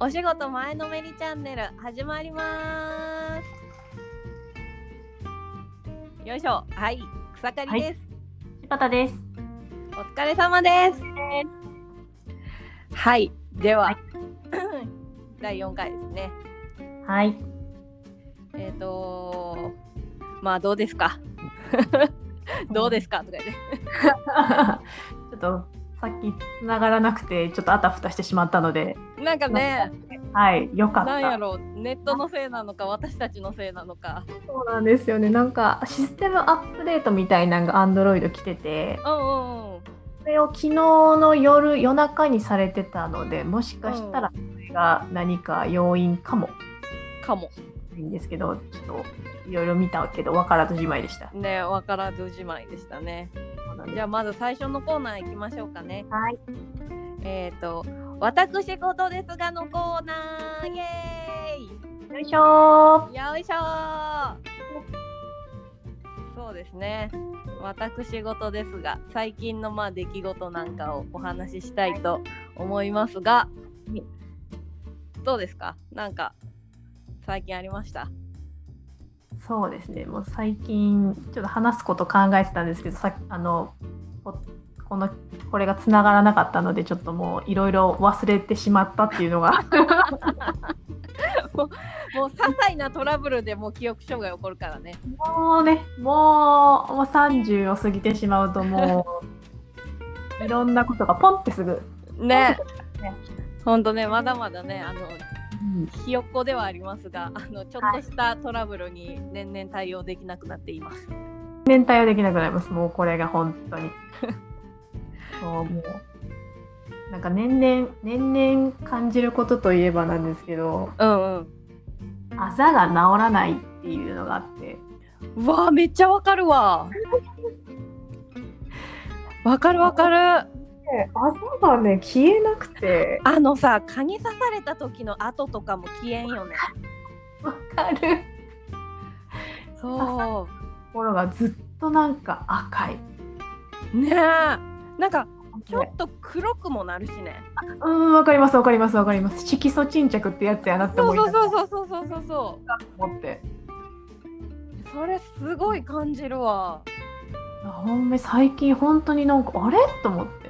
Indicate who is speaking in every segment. Speaker 1: お仕事前のめりチャンネル始まりますよいしょはい草刈りです、
Speaker 2: 柴田です。
Speaker 1: お疲れ様ですはい では、
Speaker 2: はい
Speaker 1: 第4回ですね
Speaker 2: はい。
Speaker 1: えっ、とまあどうですかどうですかとか言って
Speaker 2: ちょっとさっき繋がらなくてちょっとあたふたしてしまったので、
Speaker 1: なんかね
Speaker 2: はい、よかっ
Speaker 1: なんや
Speaker 2: た。
Speaker 1: ろうネットのせいなのか私たちのせいなのか
Speaker 2: そうなんですよね。なんかシステムアップデートみたいなのが Android 来てて、
Speaker 1: うんうんうん
Speaker 2: それを昨日の夜夜中にされてたので、もしかしたらそれが何か要因かも
Speaker 1: かも
Speaker 2: しれないんですけど、ちょっといろいろ見たけど分からずじまいでした。
Speaker 1: ねわからずじまいでしたねじゃあまず最初のコーナー行きましょうかね
Speaker 2: はい。
Speaker 1: えっ、と私事ですがのコーナーイエ
Speaker 2: よいしょ
Speaker 1: ーイよいしょーそうですね私事ですが最近のまあ出来事なんかをお話ししたいと思いますが、
Speaker 2: はい
Speaker 1: どうですかなんか最近ありました
Speaker 2: ー。そうですね。もう最近ちょっと話すこと考えてたんですけど、さっきあのここのこれがつながらなかったので、ちょっともういろいろ忘れてしまったっていうのが
Speaker 1: もう些細なトラブルでもう記憶障害起こるからね
Speaker 2: もうね、もうもう30を過ぎてしまうともういろんなことがポンってすぐ。
Speaker 1: ね
Speaker 2: ね
Speaker 1: ほんとねまだまだねあのひよっこではありますがあのちょっとしたトラブルに年々対応できなくなっています、
Speaker 2: 全体はできなくなります。もうこれが本当に。そうもうなんか年々年々感じることといえばなんですけど、
Speaker 1: うんうん
Speaker 2: あざが治らないっていうのがあって。
Speaker 1: うわーめっちゃわかる わわかるわかる
Speaker 2: あざがね消えなくて
Speaker 1: あのさ蚊に刺された時の跡とかも消えんよね
Speaker 2: わかる
Speaker 1: そ
Speaker 2: ところがずっとなんか赤い。
Speaker 1: うねえなんかちょっと黒くもなるしね
Speaker 2: うんわかりますわかりますわかります。色素沈着ってやつやなって
Speaker 1: そ
Speaker 2: 思
Speaker 1: うそ
Speaker 2: い
Speaker 1: うそう
Speaker 2: う
Speaker 1: そうそうそうそうそ
Speaker 2: 思って。
Speaker 1: うそれすごい感じるわ
Speaker 2: いやほんめ最近本当になんかあれと思って。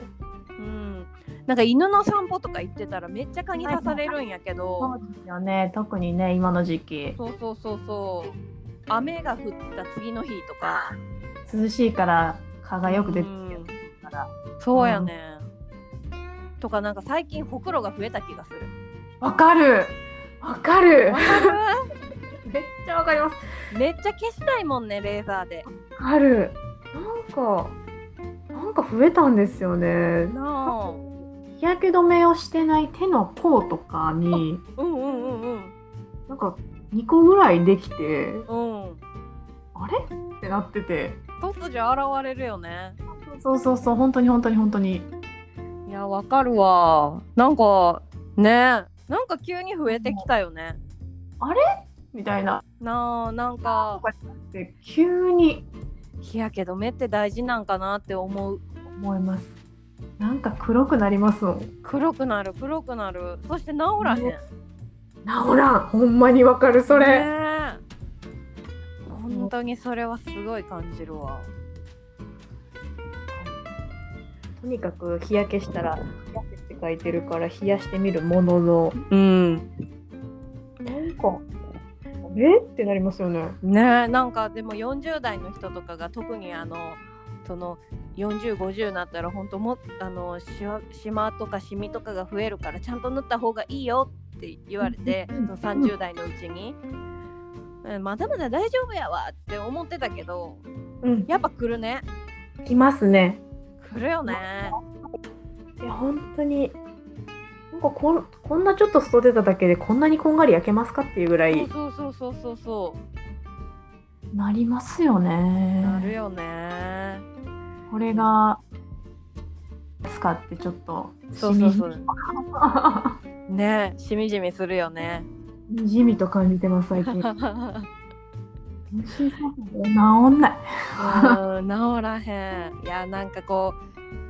Speaker 1: うんなんか犬の散歩とか行ってたらめっちゃ蚊に刺されるんやけど、
Speaker 2: そうですよね特にね今の時期
Speaker 1: そうそうそうそう。雨が降った次の日とか。
Speaker 2: 涼しいから蚊がよく出て
Speaker 1: うん
Speaker 2: るから。
Speaker 1: そうやね。とかなんか最近ほくろが増えた気がする。
Speaker 2: わかるわかる
Speaker 1: わか
Speaker 2: めっちゃわかります。
Speaker 1: るめっちゃ消したいもんねレーザーで。
Speaker 2: わかるなんかなんか増えたんですよね。
Speaker 1: なあ。
Speaker 2: 日焼け止めをしてない手の甲とかに
Speaker 1: うんうんうん
Speaker 2: なんか2個ぐらいできて
Speaker 1: うん。うん。
Speaker 2: あれってなってて
Speaker 1: 突如現れるよね。
Speaker 2: そうそうそう本当に本当に本当に
Speaker 1: いやわかるわ。なんかねなんか急に増えてきたよね。
Speaker 2: みたいな
Speaker 1: なあなんか
Speaker 2: で急に
Speaker 1: 日焼け止めって大事なんかなって思う。
Speaker 2: 思いますなんか黒くなりますもん治
Speaker 1: 黒くなる黒くなる。そして治らへん
Speaker 2: ね。らんほんまにわかるそれ、
Speaker 1: ねえ本当にそれはすごい感じるわ
Speaker 2: とにかく日焼けしたら「冷やせ」って書いてるから冷やしてみるものの
Speaker 1: うん
Speaker 2: なんかえってなりますよね
Speaker 1: ねえなんかでも40代の人とかが特にあのその4050になったら本当もあのしわしまとかシミとかが増えるからちゃんと塗った方がいいよって言われて
Speaker 2: うん
Speaker 1: その30代のうちに。うんまだまだ大丈夫やわって思ってたけど
Speaker 2: うん
Speaker 1: やっぱ来るね
Speaker 2: いますね
Speaker 1: 来るよね
Speaker 2: いや本当になんかこんこんなちょっと外出ただけでこんなにこんがり焼けますかっていうぐらい
Speaker 1: そうそうそうそうそうそ
Speaker 2: なりますよ
Speaker 1: うなる
Speaker 2: ね
Speaker 1: よね
Speaker 2: これが使ってちょっと
Speaker 1: そうそうそううねしみじみするよね
Speaker 2: にじみと感じてます最近 虫刺され治んない
Speaker 1: うん治らへんいやなんかこ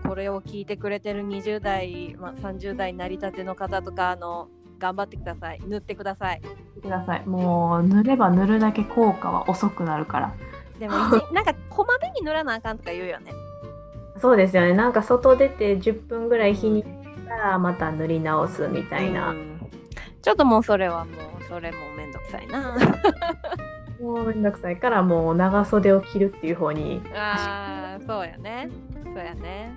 Speaker 1: うこれを聞いてくれてる20代、まあ、30代なりたての方とかあの頑張ってください塗ってください
Speaker 2: てくださいもう塗れば塗るだけ効果は遅くなるから
Speaker 1: でも 一なんかこまめに塗らなあかんとか言うよね
Speaker 2: そうですよねなんか外出て10分ぐらい日にしたらまた塗り直すみたいな、
Speaker 1: うんちょっともうそれはもうそれもめんどくさいな
Speaker 2: もうめんどくさいからもう長袖を着るっていう方に
Speaker 1: あー そうやねそうやね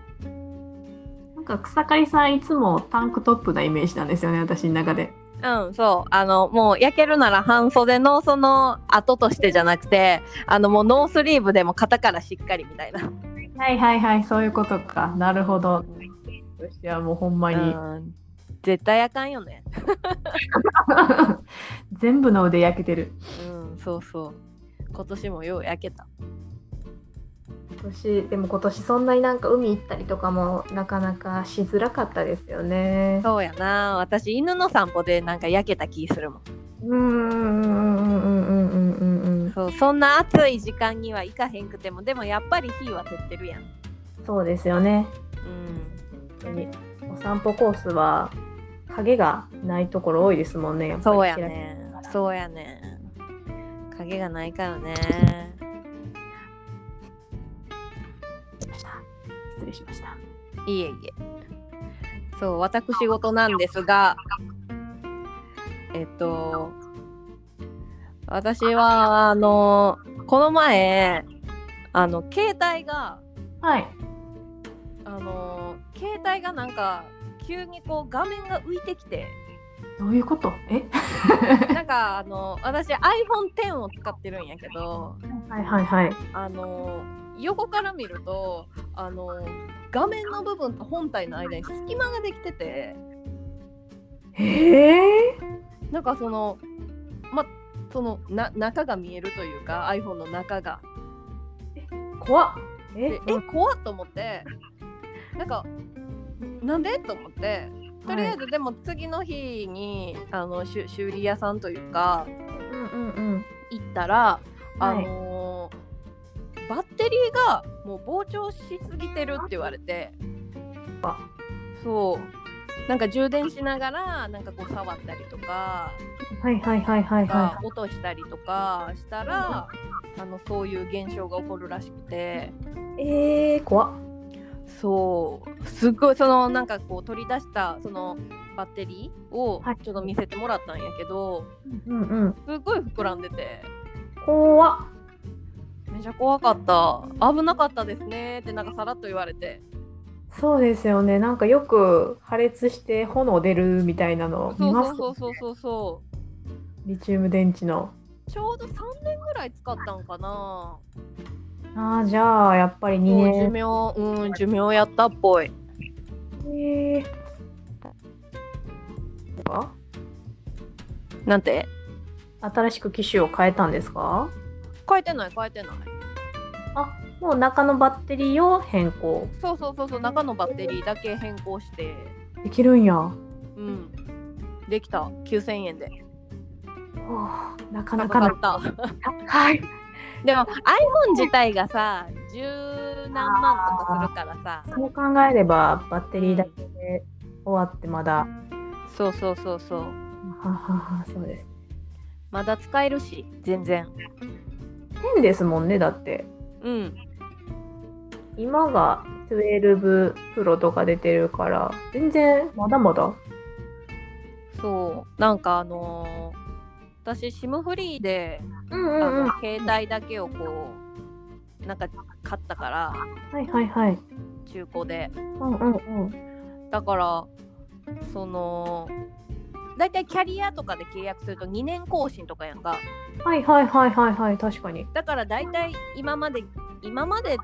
Speaker 2: なんか草刈さんいつもタンクトップなイメージなんですよね私の中で
Speaker 1: うん、そう。あの、もう焼けるなら半袖のその後としてじゃなくて、あの、もうノースリーブでも肩からしっかりみたいな。
Speaker 2: はいはいはいそういうことかなるほど私はもうほんま
Speaker 1: う
Speaker 2: に、
Speaker 1: ん、絶対あかんよね。
Speaker 2: 全部の腕焼けてる
Speaker 1: うん、そうそう。今年もよう焼けた。
Speaker 2: 今年でも今年そんなになんか海行ったりとかもなかなかしづらかったですよね
Speaker 1: そうやな。私、犬の散歩でなんか焼けた気するもん。
Speaker 2: うんうんうんうんうんうんうんうん
Speaker 1: そう、そんな暑い時間には行かへんくても、でもやっぱり火は照ってるやん。うん。
Speaker 2: そうですよね本当にお散歩コースは影がないところ多いですもんねやっぱり
Speaker 1: そうやね。そうやね。影がないからね。
Speaker 2: 失礼しました
Speaker 1: いえいえ。そう、私事なんですが、えっと、私は、あの、この前、あの、携帯が、
Speaker 2: はい
Speaker 1: あの、携帯がなんか、急にこう画面が浮いてきて、
Speaker 2: どういうことえ
Speaker 1: なんかあの、私 iPhone10 を使ってるんやけど、
Speaker 2: はいはいはい
Speaker 1: あの、横から見ると、あの、画面の部分と本体の間に隙間ができてて、
Speaker 2: へえ
Speaker 1: なんかそのまそのな中が見えるというか iPhone の中が
Speaker 2: 怖っ
Speaker 1: でえ怖っと思ってなんかなんでと思ってとりあえずでも次の日にあのしゅ修理屋さんというか
Speaker 2: うんうんうん
Speaker 1: 行ったら、あ
Speaker 2: はい
Speaker 1: のーバッテリーがもう膨張しすぎてるって言われて
Speaker 2: あ
Speaker 1: そうなんか充電しながらなんかこう触ったりとか
Speaker 2: はいはいはいはい
Speaker 1: が
Speaker 2: は
Speaker 1: 落としたりとかしたら、あのそういう現象が起こるらしくて
Speaker 2: いえー、怖っ
Speaker 1: そうすっごいそのなんかこう取り出したそのバッテリーを
Speaker 2: はい
Speaker 1: ちょっと見せてもらったんやけど、
Speaker 2: うんうん
Speaker 1: すっごい膨らんでて
Speaker 2: 怖っ
Speaker 1: めちゃ怖かった危なかったですねってなんかさらっと言われて
Speaker 2: そうですよねなんかよく破裂して炎出るみたいなの
Speaker 1: そ
Speaker 2: 見
Speaker 1: う
Speaker 2: ます
Speaker 1: そうそうそうそう
Speaker 2: リチウム電池の
Speaker 1: ちょうど3年ぐらい使ったんかな
Speaker 2: あーじゃあやっぱり2
Speaker 1: もう寿
Speaker 2: 年
Speaker 1: 命うん寿命やったっぽい
Speaker 2: えーか
Speaker 1: なんて
Speaker 2: 新しく機種を変えたんですか
Speaker 1: 変えてない変えてない
Speaker 2: もう中のバッテリーを変更
Speaker 1: そうそうそうそう中のバッテリーだけ変更して
Speaker 2: できるんや、は
Speaker 1: うんできた9000円で
Speaker 2: あ、なかな
Speaker 1: 高か
Speaker 2: かな
Speaker 1: った
Speaker 2: はい
Speaker 1: でも iPhone 自体がさ十何万とかするからさ
Speaker 2: そう考えればバッテリーだけで終わってまだ
Speaker 1: そうそうそうそう
Speaker 2: はははそうです
Speaker 1: まだ使えるし全然
Speaker 2: 変ですもんねだって
Speaker 1: うん
Speaker 2: 今が12プロとか出てるから全然まだまだ
Speaker 1: そうなんかあのー私 SIM フリーで、
Speaker 2: うんう
Speaker 1: あの
Speaker 2: は
Speaker 1: 携帯だけをこうなんか買ったから
Speaker 2: いはいはい
Speaker 1: 中古で
Speaker 2: うんうんうん
Speaker 1: だからそのだいたいキャリアとかで契約すると2年更新とかやんか
Speaker 2: はいはいはいはいはい確かに
Speaker 1: だからだいたい今まで今まで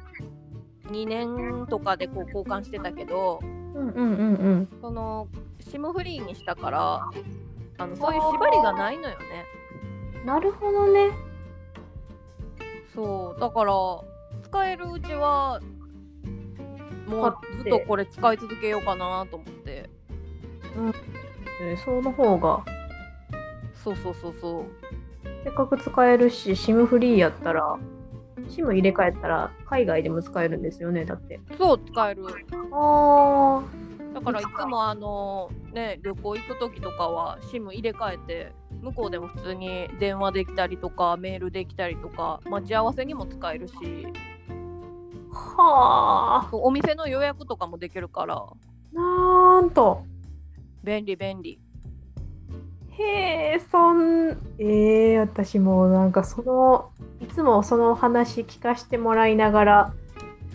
Speaker 1: 2年とかでこう交換してたけど
Speaker 2: うんうんうんうん
Speaker 1: その SIM フリーにしたからあのそういう縛りがないのよね
Speaker 2: なるほどね
Speaker 1: そうだから使えるうちはもうずっとこれ使い続けようかなと思って
Speaker 2: えーその方が
Speaker 1: そうそうそうそう
Speaker 2: せっかく使えるし SIM フリーやったら SIM 入れ替えたら海外でも使えるんですよねだって
Speaker 1: そう使える
Speaker 2: ああ
Speaker 1: だからいつもあのね旅行行く時とかは SIM 入れ替えて向こうでも普通に電話できたりとかメールできたりとか待ち合わせにも使えるし
Speaker 2: はあ
Speaker 1: お店の予約とかもできるから
Speaker 2: なんと
Speaker 1: 便利便利
Speaker 2: へえそんえー、私もなんかそのいつもそのお話聞かせてもらいながら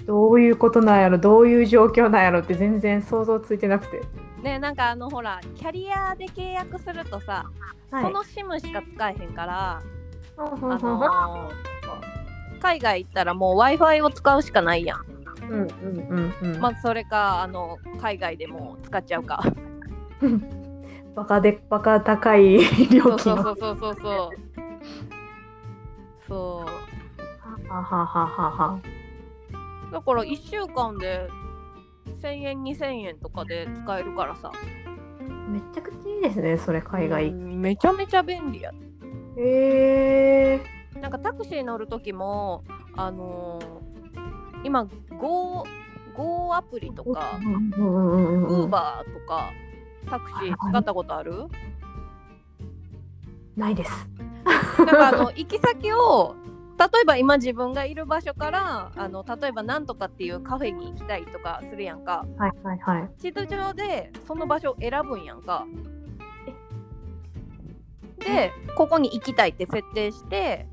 Speaker 2: どういうことなんやろどういう状況なんやろって全然想像ついてなくて、
Speaker 1: ねなんかあのほらキャリアで契約するとさ、
Speaker 2: はい、
Speaker 1: その SIM しか使えへんから、
Speaker 2: あ
Speaker 1: あのー海外行ったらもう w i f i を使うしかないやん、
Speaker 2: うんうんうんうん、
Speaker 1: まあそれかあの海外でも使っちゃうか
Speaker 2: バカでバカ高い
Speaker 1: そ
Speaker 2: 料
Speaker 1: うそ
Speaker 2: 金
Speaker 1: うそ
Speaker 2: の
Speaker 1: うそうそうそうそう
Speaker 2: ははははは
Speaker 1: だから1週間で1000円2000円とかで使えるからさ
Speaker 2: めちゃくちゃいいですねそれ海外、
Speaker 1: うんめちゃめちゃ便利や
Speaker 2: えー、
Speaker 1: なんかタクシー乗る時もあのー今 Go, Go アプリとか
Speaker 2: うんうんうんうんうん
Speaker 1: Uber とかタクシー使ったことある
Speaker 2: ないです
Speaker 1: なんか あの行き先を例えば今自分がいる場所からあの例えばなんとかっていうカフェに行きたいとかするやんか
Speaker 2: はいはいはい
Speaker 1: 地図上でその場所を選ぶんやんか。でここに行きたいって設定して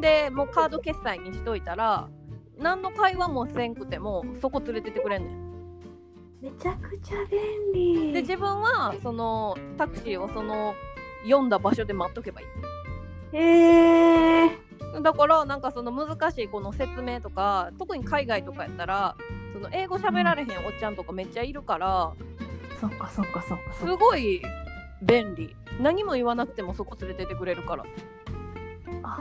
Speaker 1: でもうカード決済にしといたら何の会話もせんくてもそこ連れてってくれんねん。
Speaker 2: めちゃくちゃ便
Speaker 1: で
Speaker 2: 利
Speaker 1: 自分はそのタクシーをその読んだ場所で待っとけばいい。
Speaker 2: えー、
Speaker 1: だからなんかその難しいこの説明とか特に海外とかやったらその英語喋られへんおっちゃんとかめっちゃいるから
Speaker 2: そっかそっかそっか
Speaker 1: す
Speaker 2: そっか
Speaker 1: ごい便利何も言わなくてもそこ連れてってくれるから
Speaker 2: あ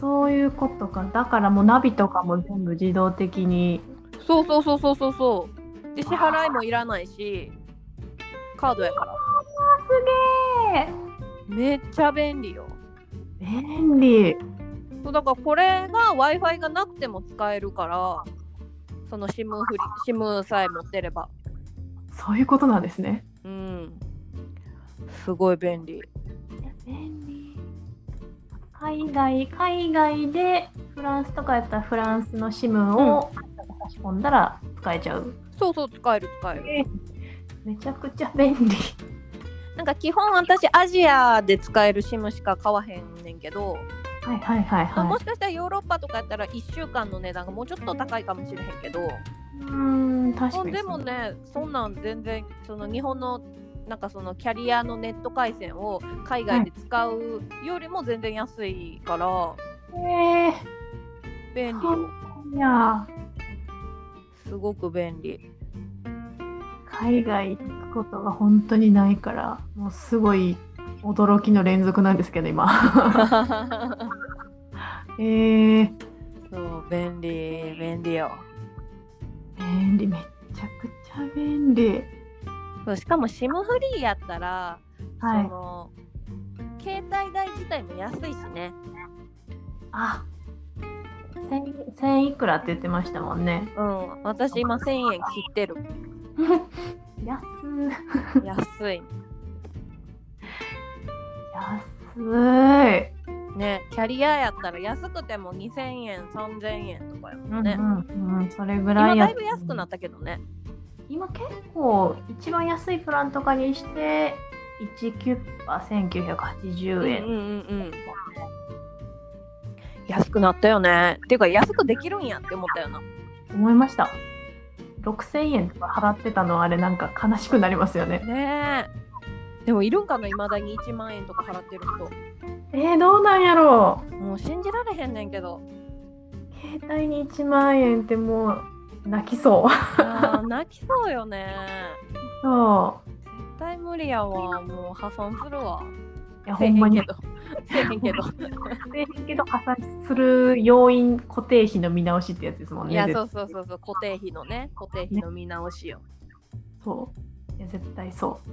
Speaker 2: そういうことかだからもうナビとかも全部自動的に
Speaker 1: そうそうそうそうそうそうで支払いもいらないしカードやから
Speaker 2: す
Speaker 1: めっちゃ便利よ
Speaker 2: げえ便利
Speaker 1: そうだからこれが w i f i がなくても使えるからその SIM フリ SIM さえ持ってれば
Speaker 2: そういうことなんですね
Speaker 1: うんすごい便利
Speaker 2: 便利海外海外でフランスとかやったらフランスのシムを差し込んだら使えちゃう、
Speaker 1: そうそう使える使える
Speaker 2: めちゃくちゃ便利
Speaker 1: なんか基本私アジアで使える SIM しか買わへんねんけど、
Speaker 2: はいはいはい
Speaker 1: まあも
Speaker 2: はい
Speaker 1: しかしたらヨーロッパとかやったら1週間の値段がもうちょっと高いかもしれへんけど
Speaker 2: うーん確か
Speaker 1: あ
Speaker 2: に
Speaker 1: でもねそんなん全然その日本のなんかそのキャリアのネット回線を海外で使うよりも全然安いから
Speaker 2: え
Speaker 1: 便利よ
Speaker 2: ー、いや
Speaker 1: すごく便利
Speaker 2: 海外行くことが本当にないからもうすごい驚きの連続なんですけど今 えー、
Speaker 1: そう便利便利よ
Speaker 2: 便利めちゃくちゃ便利
Speaker 1: そうしかも SIM フリーやったら、
Speaker 2: はい
Speaker 1: その携帯代自体も安いしね
Speaker 2: あ1000 1000いくらって言ってましたもん ね
Speaker 1: うん、私今1000円切ってる。
Speaker 2: 安
Speaker 1: 安い。
Speaker 2: 安い
Speaker 1: ね、キャリアやったら安くても2000円、3000円とかやもんね
Speaker 2: う。んうん、それぐ
Speaker 1: 今
Speaker 2: らい
Speaker 1: だ
Speaker 2: や
Speaker 1: いぶ安くなったけどね。
Speaker 2: 今結構一番安いプランとかにして1キュッパ1980
Speaker 1: うんうん
Speaker 2: 円、
Speaker 1: うん。安くなったよね。っていうか安くできるんやって思ったよな。
Speaker 2: 思いました6000円とか払ってたのあれなんか悲しくなりますよね
Speaker 1: ねえ。でもいるんかな、未だに1万円とか払ってる
Speaker 2: えー、どうなんやろう
Speaker 1: 人。もう信じられへんねんけど。
Speaker 2: 携帯に1万円ってもう泣きそう
Speaker 1: あ ー泣きそうよね。
Speaker 2: そ
Speaker 1: 絶対無理やわ。もう破産するわ。
Speaker 2: うい
Speaker 1: せ
Speaker 2: やほ
Speaker 1: えへ
Speaker 2: んま
Speaker 1: ん
Speaker 2: に
Speaker 1: けど。せえへんけど。
Speaker 2: せえへんけど破産する要因固定費の見直しってやつですもんね
Speaker 1: いや
Speaker 2: 絶
Speaker 1: そうそうそうそう固定費のね固定費の見直しよ
Speaker 2: そういや絶対そう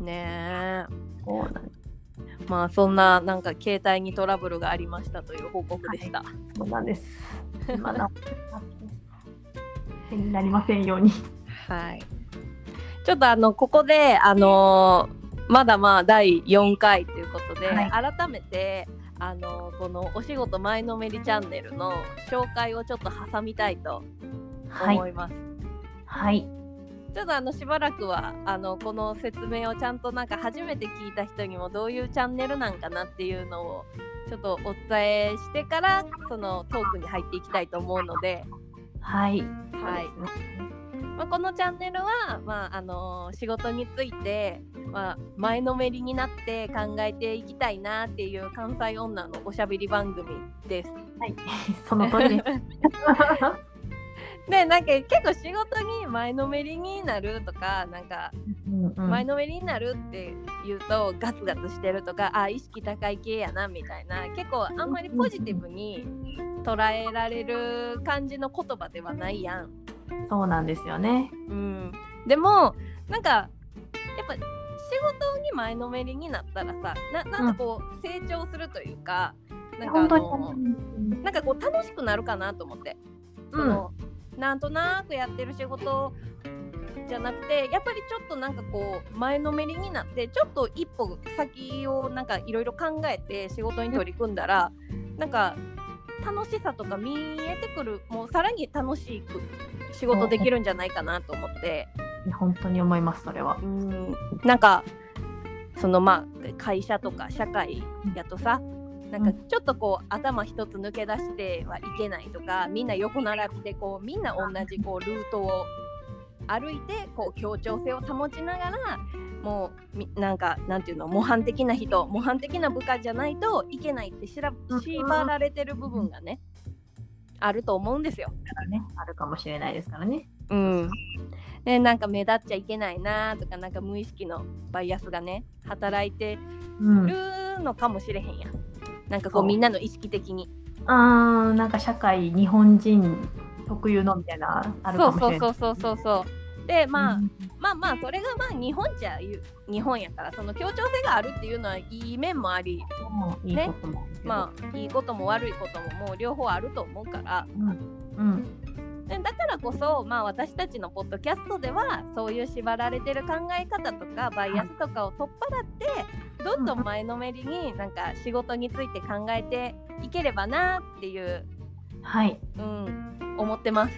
Speaker 1: ねえ
Speaker 2: そうなん
Speaker 1: まあそんななんか携帯にトラブルがありましたという報告でした、
Speaker 2: そうなんです。まだ気になりませんように。
Speaker 1: はいちょっとあのここであのまだまあ第4回ということで、
Speaker 2: は
Speaker 1: 改めてあのこのお仕事前のめりチャンネルの紹介をちょっと挟みたいと
Speaker 2: はい
Speaker 1: 思います。
Speaker 2: はい
Speaker 1: ちょっとあのしばらくはあのこの説明をちゃんとなんか初めて聞いた人にもどういうチャンネルなんかなっていうのをちょっとお伝えしてからそのトークに入っていきたいと思うので、
Speaker 2: はい
Speaker 1: はいまあ、このチャンネルは、まああの仕事について、まあ、前のめりになって考えていきたいなっていう関西女のおしゃべり番組です。
Speaker 2: その通りです
Speaker 1: でなんか結構仕事に前のめりになるとかなんか
Speaker 2: うんうん
Speaker 1: 前のめりになるって言うとガツガツしてるとかあ意識高い系やなみたいな結構あんまりポジティブに捉えられる感じの言葉ではないやん。
Speaker 2: そうなんですよね
Speaker 1: うん、でもなんかやっぱ仕事に前のめりになったらさななんかこう成長するというか、なん
Speaker 2: 本
Speaker 1: か
Speaker 2: 当
Speaker 1: あ
Speaker 2: に
Speaker 1: のなんかこう楽しくなるかなと思って。そのなんとなくやってる仕事じゃなくてやっぱりちょっとなんかこう前のめりになってちょっと一歩先をなんかいろいろ考えて仕事に取り組んだらなんか楽しさとか見えてくるもうさらに楽しく仕事できるんじゃないかなと思って
Speaker 2: いや本当に思いますそれは
Speaker 1: うんなんかそのまあ会社とか社会やとさなんかちょっとこう頭一つ抜け出してはいけないとかみんな横並びでこうみんな同じこうルートを歩いてこう協調性を保ちながらもうみなんかなんていうの模範的な人模範的な部下じゃないといけないってしら
Speaker 2: うん
Speaker 1: 縛られてる部分がねあると思うんですよ。
Speaker 2: ねあるかもしれないですからね
Speaker 1: うん、でなんか目立っちゃいけないなとかなんか無意識のバイアスがね働いて
Speaker 2: うん
Speaker 1: るのかもしれへんやんなんかこう
Speaker 2: そう
Speaker 1: みんなの意識的に
Speaker 2: あーなんか社会日本人特有のみたいなある
Speaker 1: そ
Speaker 2: か
Speaker 1: う
Speaker 2: も
Speaker 1: そ
Speaker 2: しれな
Speaker 1: う
Speaker 2: い
Speaker 1: そうそうそうそうでまあ、
Speaker 2: うん
Speaker 1: まあまあそれがまあ日本じゃゆ日本やからその協調性があるっていうのはいい面もあり
Speaker 2: もういいこともあるけど
Speaker 1: まあいいことも悪いことももう両方あると思うから
Speaker 2: うん
Speaker 1: でだからこそ、まあ、私たちのポッドキャストではそういう縛られてる考え方とかバイアスとかを取っ払ってどんどん前のめりになんか仕事について考えていければなっていう、
Speaker 2: はい
Speaker 1: うん、思ってます。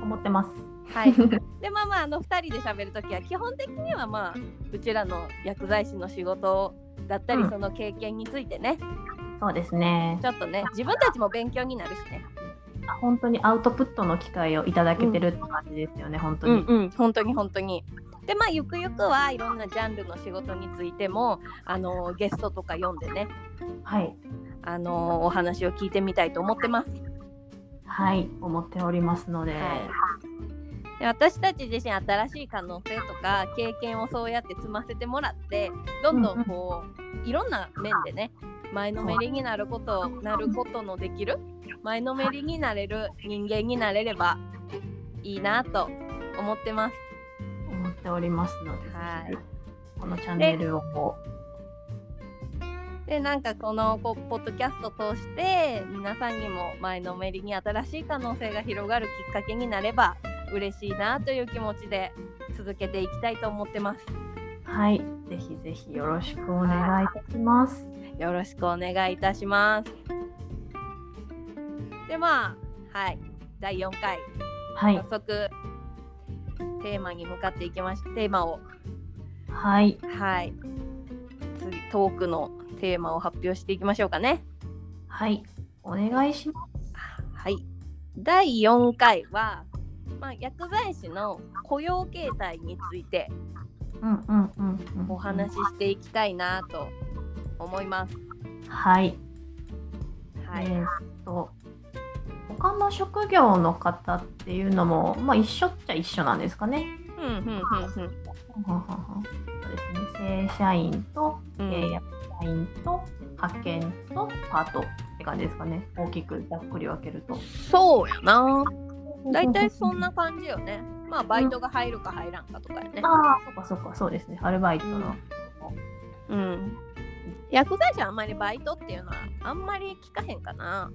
Speaker 2: 思ってます
Speaker 1: はい、 でまあまああの2人で喋るときは基本的にはまあうちらの薬剤師の仕事だったり、
Speaker 2: うん
Speaker 1: その経験についてね
Speaker 2: そうですね
Speaker 1: ちょっとね自分たちも勉強になるしね。
Speaker 2: 本当にアウトプットの機会をいただけてるって感じですよね、本当
Speaker 1: う
Speaker 2: に、
Speaker 1: んうん、本当に本当に。でまあゆくゆくはいろんなジャンルの仕事についてもあのゲストとか読んでね
Speaker 2: はい
Speaker 1: あのお話を聞いてみたいと思ってます。
Speaker 2: はい思っておりますので、
Speaker 1: で私たち自身新しい可能性とか経験をそうやって積ませてもらってどんどんこういろんな面でね前のめりになることなることのできる前のめりになれる人間になれればいいなと思ってます。
Speaker 2: 思っておりますので、
Speaker 1: はい
Speaker 2: ぜひこのチャンネルをも
Speaker 1: でなんかこのこうポッドキャストを通して皆さんにも前のめりに新しい可能性が広がるきっかけになれば嬉しいなという気持ちで続けていきたいと思ってます
Speaker 2: はいぜひぜひよろしくお願いいたします
Speaker 1: よろしくお願いいたしますでまあはい第4回
Speaker 2: はい
Speaker 1: 早速テーマに向かっていきましテーマを
Speaker 2: はい
Speaker 1: はい次トークのテーマを発表していきましょうかね
Speaker 2: はいお願いします
Speaker 1: はい。第4回は、まあ、薬剤師の雇用形態について
Speaker 2: うんうんうんうん
Speaker 1: お話ししていきたいなと思います。
Speaker 2: はい
Speaker 1: は
Speaker 2: え
Speaker 1: い。
Speaker 2: ーっと他の職業の方っていうのも、まあ、一緒っちゃ一緒なんですかね。
Speaker 1: うんうん
Speaker 2: そうですね、正社員と、
Speaker 1: うんうん。
Speaker 2: えー
Speaker 1: うん
Speaker 2: 役社員と派遣とパートって感じですかね大きくざっくり分けると。
Speaker 1: そうやな。だいたいそんな感じよね。まあバイトが入るか入らんかとかやね。
Speaker 2: ああそっかそっかそうですねアルバイトの。
Speaker 1: うん。薬剤師はあんまりバイトっていうのはあんまり聞かへんかな。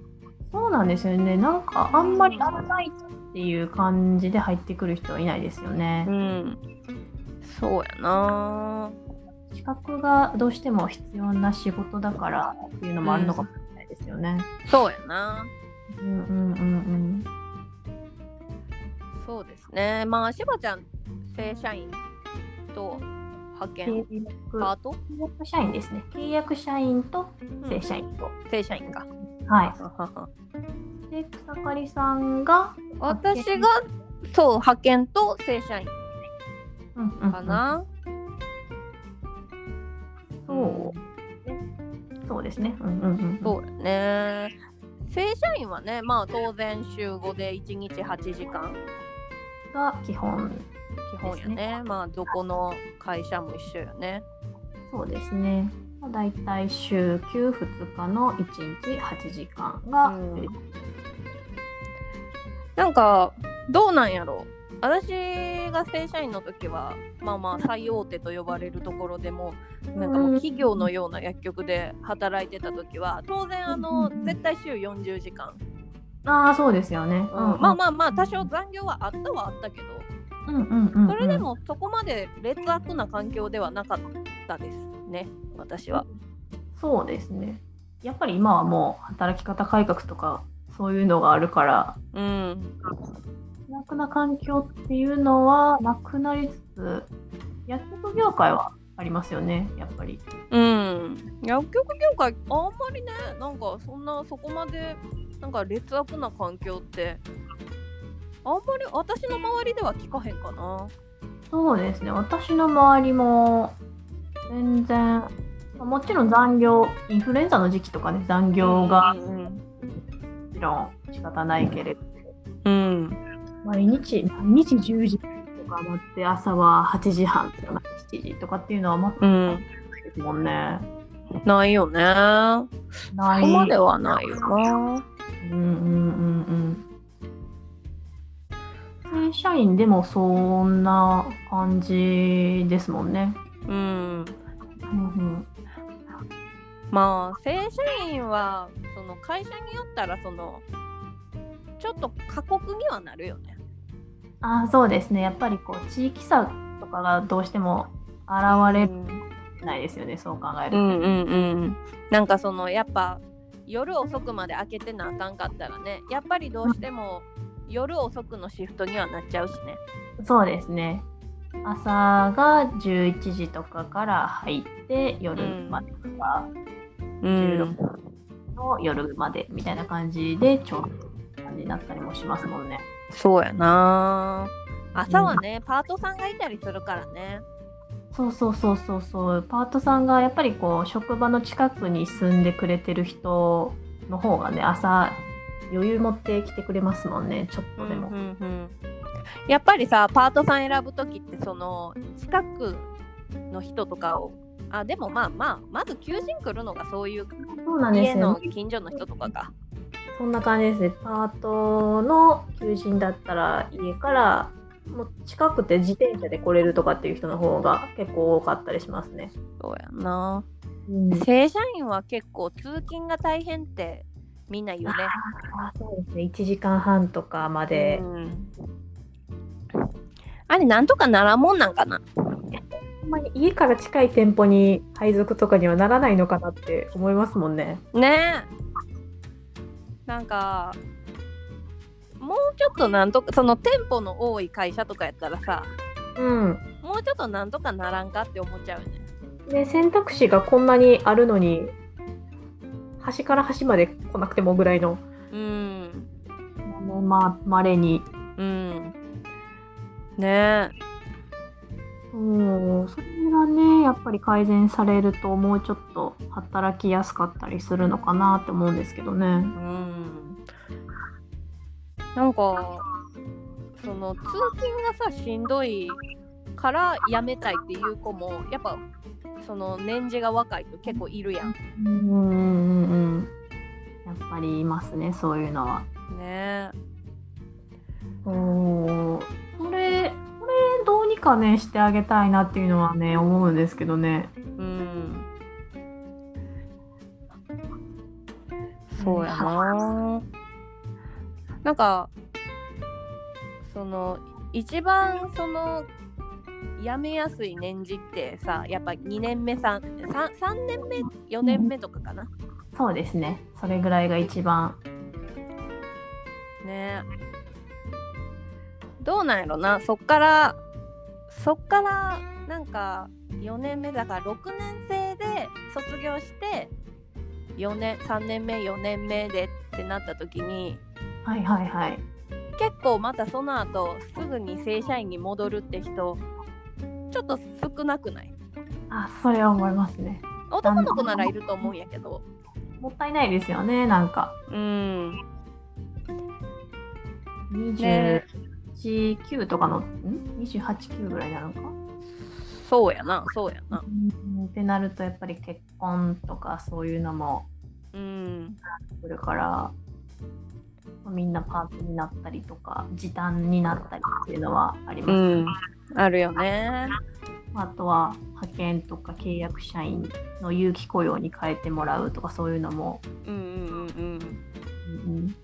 Speaker 2: そうなんですよねなんかあんまりアルバイトっていう感じで入ってくる人はいないですよね
Speaker 1: う。ん。そうやな
Speaker 2: 資格がどうしても必要な仕事だからっていうのもあるのかもしれないですよね。
Speaker 1: そうやな
Speaker 2: うんうんうん
Speaker 1: そうですねまあしばちゃん正社員と派
Speaker 2: うん
Speaker 1: 遣。
Speaker 2: 契約
Speaker 1: パート
Speaker 2: 契約社員ですね。契約社員と正社員と。
Speaker 1: 正社員か
Speaker 2: は。
Speaker 1: はははい
Speaker 2: で、草刈さんが、
Speaker 1: 私がそう派遣と正社員
Speaker 2: うんうんうん
Speaker 1: かな、
Speaker 2: そうそうですね。うんうんうん。
Speaker 1: そうやね正社員はねまあ当然週5で1日8時間
Speaker 2: が基本。
Speaker 1: 基本や
Speaker 2: です
Speaker 1: ねまあどこの会社も一緒よね
Speaker 2: そうですね。だいたい週休2日の1日8時間が、
Speaker 1: うんなんかどうなんやろ私が正社員の時はまあまあ最大手と呼ばれるところでもなんかもう企業のような薬局で働いてた時は当然あの
Speaker 2: うん
Speaker 1: 絶対週40時間、
Speaker 2: ああそうですよね。うんうん
Speaker 1: まあまあまあ多少残業はあったはあったけど
Speaker 2: うんうんうんうん。
Speaker 1: それでもそこまで劣悪な環境ではなかったですね私は。
Speaker 2: そうですね。やっぱり今はもう働き方改革とかそういうのがあるから
Speaker 1: うん、
Speaker 2: 楽な環境っていうのはなくなりつつ薬局業界はありますよねやっぱり。
Speaker 1: うん、薬局業界あんまりねなんかそんなそこまでなんか劣悪な環境ってあんまり私の周りでは聞かへんかな。
Speaker 2: そうですね私の周りも全然もちろん残業インフルエンザの時期とかね残業がも
Speaker 1: うん
Speaker 2: ちろん仕方ないけれど
Speaker 1: うん
Speaker 2: 毎日毎日10時とかなって朝は8時半とか7時とかっていうのは全く
Speaker 1: うん、
Speaker 2: ないですもんね。
Speaker 1: ないよね。そ
Speaker 2: ない
Speaker 1: こまではないよな。
Speaker 2: うんうんうんうん。正社員でもそんな感じですもんね。
Speaker 1: うん、
Speaker 2: うん
Speaker 1: まあ正社員はその会社によったらそのちょっと過酷にはなるよね。
Speaker 2: うん、あそうですね。やっぱりこう地域差とかがどうしても現れないですよね。そう考える
Speaker 1: う
Speaker 2: と。
Speaker 1: んうんうんなんかそのやっぱ夜遅くまで開けてなあかんかったらねやっぱりどうしても夜遅くのシフトにはなっちゃうしね
Speaker 2: そうですね。朝が11時とかから入って夜までとか、
Speaker 1: う
Speaker 2: 16の夜までみたいな感じでちょうど感じになったりもしますもんね。
Speaker 1: そうやな朝はね、パートさんがいたりするからね
Speaker 2: そうそうそうそうそうパートさんがやっぱりこう職場の近くに住んでくれてる人の方がね朝余裕持ってきてくれますもんねちょっとでも、
Speaker 1: うんうんうんやっぱりさパートさん選ぶ時ってその近くの人とかをあでもまあまあまず求人来るのがそういう
Speaker 2: そうなんで
Speaker 1: 家
Speaker 2: す
Speaker 1: の
Speaker 2: よ
Speaker 1: 近所の人とかか
Speaker 2: そんな感じですねパートの求人だったら家からもう近くて自転車で来れるとかっていう人の方が結構多かったりしますね、
Speaker 1: そうやな
Speaker 2: うん
Speaker 1: 正社員は結構通勤が大変ってみんな言うね。
Speaker 2: あそうですね1時間半とかまで、
Speaker 1: うんあれなんとかならんもんなんかな。
Speaker 2: ほんまに家から近い店舗に配属とかにはならないのかなって思いますもんね。
Speaker 1: ねえ。なんかもうちょっとなんとかその店舗の多い会社とかやったらさ
Speaker 2: うん。
Speaker 1: もうちょっとなんとかならんかって思っちゃうよね。
Speaker 2: で選択肢がこんなにあるのに端から端まで来なくてもぐらいの。
Speaker 1: うん。
Speaker 2: まあまれに。
Speaker 1: うん。ねえ。
Speaker 2: うん。それがねやっぱり改善されるともうちょっと働きやすかったりするのかなって思うんですけどね。
Speaker 1: うん。なんかその通勤がさしんどいから辞めたいっていう子もやっぱその年次が若いと結構いるやん。
Speaker 2: うんうんうんうん。やっぱりいますねそういうのは。
Speaker 1: ね
Speaker 2: おーそれこれどうにかねしてあげたいなっていうのはね思うんですけどね
Speaker 1: うん。そうやな。なんかその一番そのやめやすい年次ってさやっぱ2年目 3, 3, 3年目4年目とかかな、
Speaker 2: そうですねそれぐらいが一番
Speaker 1: ねどうなんやろなそっからそっからなんか4年目だから6年生で卒業して4年3年目4年目でってなった時に
Speaker 2: はいはいはい
Speaker 1: 結構またその後すぐに正社員に戻るって人ちょっと少なくない
Speaker 2: あそれは思いますね
Speaker 1: 男の子ならいると思うんやけど
Speaker 2: もったいないですよねなんか
Speaker 1: うんね
Speaker 2: 289とかのん289ぐらいなのか
Speaker 1: そうやなそうやな
Speaker 2: うんってなるとやっぱり結婚とかそういうのも
Speaker 1: うん
Speaker 2: 来るからみんなパートになったりとか時短になったりっていうのはあります、
Speaker 1: うんあるよね
Speaker 2: あとは派遣とか契約社員の有期雇用に変えてもらうとかそういうのも、
Speaker 1: うんうんうん
Speaker 2: うんうん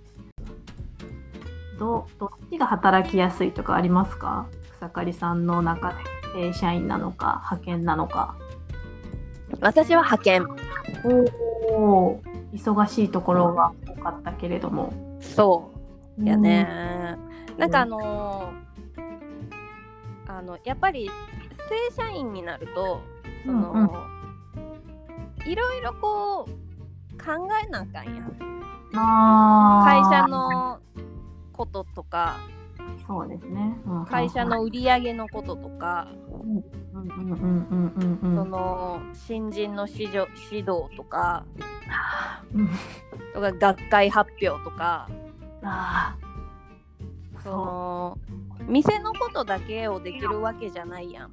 Speaker 2: どどっちが働きやすいとかありますか草刈さんの中で正社員なのか派遣なのか
Speaker 1: うん私は派遣
Speaker 2: おお忙しいところが多かったけれども
Speaker 1: そうやね、なんかあのーあのやっぱり正社員になるとその、
Speaker 2: うん
Speaker 1: いろいろこう考えなあかんやん会
Speaker 2: あー
Speaker 1: 社のこととか
Speaker 2: そうですね、うん
Speaker 1: 会社の売り上げのこととか、
Speaker 2: うんうんうんうんうんうん
Speaker 1: その新人の指導指導とか
Speaker 2: うん
Speaker 1: とか学会発表とか
Speaker 2: ああ
Speaker 1: その店のことだけをできるわけじゃないやん。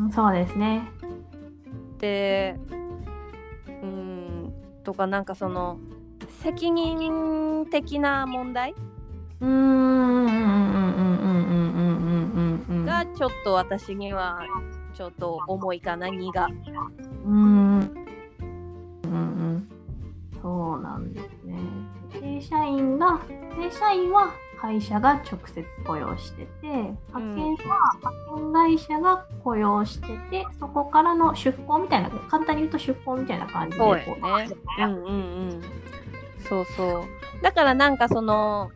Speaker 2: うんそうですね
Speaker 1: ってうーんとかなんかその責任的な問題
Speaker 2: うーんうんうんうんうんうんうんうんうんうん
Speaker 1: がちょっと私にはちょっと重いかな荷が。
Speaker 2: うんうんうんそうなんですね正社員が正社員は会社が直接雇用してて派遣は派遣会社が雇用しててそこからの出向みたいな簡単に言うと出向みたいな感じで
Speaker 1: そうや
Speaker 2: こ
Speaker 1: ねうんうんうん。そうそう。だからなんかその